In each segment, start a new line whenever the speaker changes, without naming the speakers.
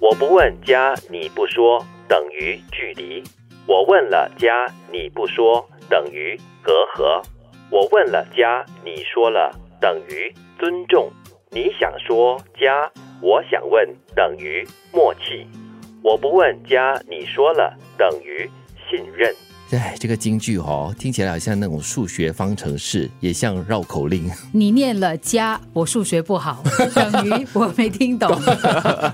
我不问加你不说等于距离，我问了加你不说等于隔阂，我问了加你说了等于尊重，你想说加我想问等于默契，我不问加你说了等于信任。
哎，这个京剧哦，听起来好像那种数学方程式，也像绕口 令。
你念了加，我数学 不好，等于我没听懂。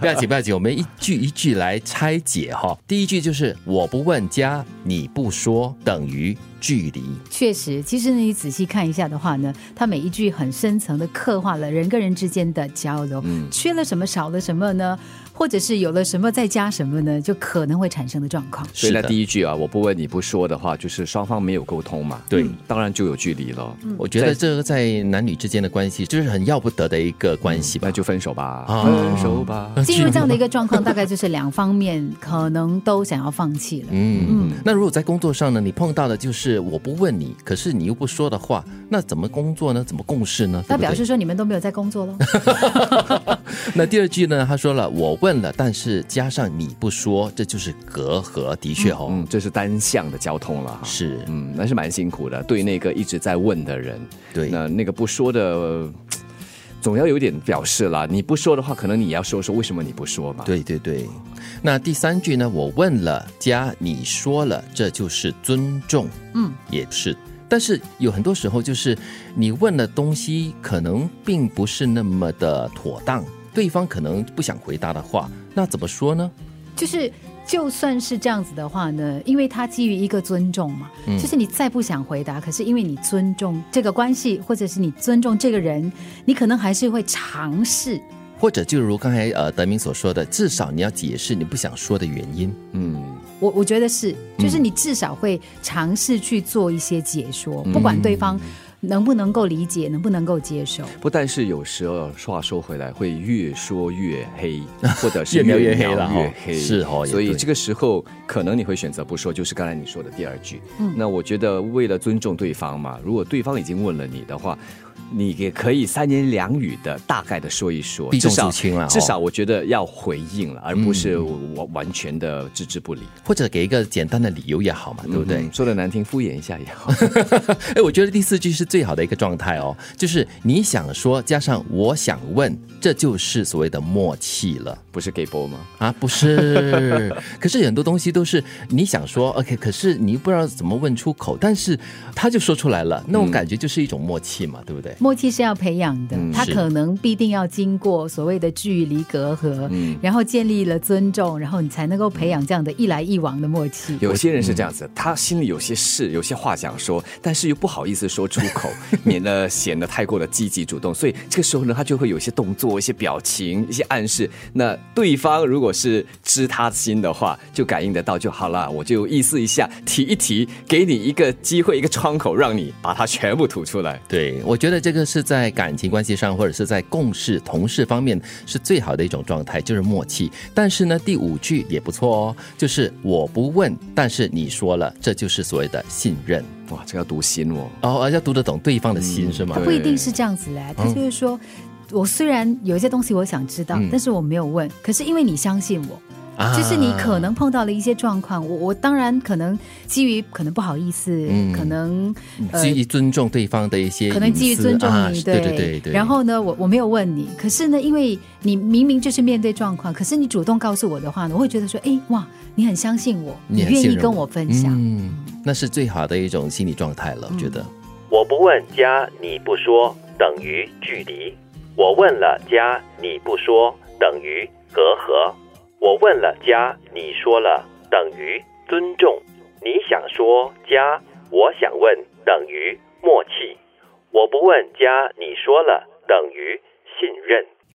不要紧，不要紧，我们一句一句来拆解哈、第一句就是“我不问加你不说”等于距离。
确实，其实呢，你仔细看一下的话呢，它每一句很深层的刻画了人跟人之间的交流，
嗯
缺了什么，少了什么呢？或者是有了什么再加什么呢，就可能会产生的状况。
所
是
以呢，
的
第一句啊，我不问你不说的话，就是双方没有沟通嘛，
对
当然就有距离了，
我觉得这个在男女之间的关系就是很要不得的一个关系吧。
那就分手吧，
啊
分手吧。
进入这样的一个状况，大概就是两方面可能都想要放弃了。
嗯，那如果在工作上呢，你碰到的就是我不问你，可是你又不说的话，那怎么工作呢？怎么共事呢？
那
对不对
表示说你们都没有在工作喽？
那第二句呢？他说了，我问了，但是加上你不说，这就是隔阂。的确哦，
嗯，这是单向的交通了哈。
是
嗯，那是蛮辛苦的，对那个一直在问的人，
对。
那那个不说的，呃总要有点表示啦。你不说的话，可能你也要说说为什么你不说嘛。，
对对对，那第三句呢？我问了，加你说了，这就是尊重，
嗯，
也是。但是有很多时候，就是你问的东西可能并不是那么的妥当，对方可能不想回答的话，那怎么说呢？
就是就算是这样子的话呢，因为他基于一个尊重嘛，就是你再不想回答，可是因为你尊重这个关系，或者是你尊重这个人，你可能还是会尝试。
或者就如刚才呃德明所说的，至少你要解释你不想说的原因。
嗯，
我我觉得是，就是你至少会尝试去做一些解说，不管对方能不能够理解，能不能够接受。
不但是有时候话说回来，会越说越 黑，或者是
越描越
越
黑
描
了哈
越黑
是哦也
所以
对
这个时候可能你会选择不说，就是刚才你说的第二句。嗯，那我觉得为了尊重对方嘛，如果对方已经问了你的话。你也可以三言两语的大概的说一说，
避重
至少
就轻了哦
至少我觉得要回应了，而不是完完全的置之不理，
或者给一个简单的理由也好嘛，对不对
嗯？说的难听，敷衍一下也好。
哎，我觉得第四句是最好的一个状态哦，就是你想说加上我想问，这就是所谓的默契了
不是给波吗？
啊，不是？可是很多东西都是你想说，OK，可是你又不知道怎么问出口，但是他就说出来了，那种感觉就是一种默契嘛，对不对？
默契是要培养的，他
是
可能必定要经过所谓的距离隔阂，然后建立了尊重，然后你才能够培养这样的一来一往的默契。
有些人是这样子，他心里有些事，有些话想说，但是又不好意思说出口，免得显得太过的积极主动。所以这个时候呢，他就会有一些动作、一些表情、一些暗示。那对方如果是知他心的话，就感应得到就好了。我就意思一下，提一提，给你一个机会、一个窗口，让你把它全部吐出来。
对，我觉得这个是在感情关系上，或者是在共事、同事方面是最好的一种状态，就是默契。但是呢，第五句也不错哦，就是我不问，但是你说了，这就是所谓的信任。
哇，这个要读心哦。
哦，要读得懂对方的心、是吗
他？不一定是这样子嘞，他就是说，我虽然有一些东西我想知道，但是我没有问，可是因为你相信我。
嗯啊
就是你可能碰到了一些状况，我我当然可能基于可能不好意思，可能
基于尊重对方的嗯一些隐私，
呃可能基于尊重
啊
你，
对对对对。
然后呢，我我没有问你，可是呢，因为你明明就是面对状况，可是你主动告诉我的话呢，我会觉得说，哎，哇，你很相信我，
你
你
很
愿
信
意
任
跟
我
我分享。
嗯，那是最好的一种心理状态了，我觉得。
我不问加你不说等于距离，我问了加你不说等于隔阂，我问了加你说了等于尊重，你想说加我想问等于默契，我不问加你说了等于信任。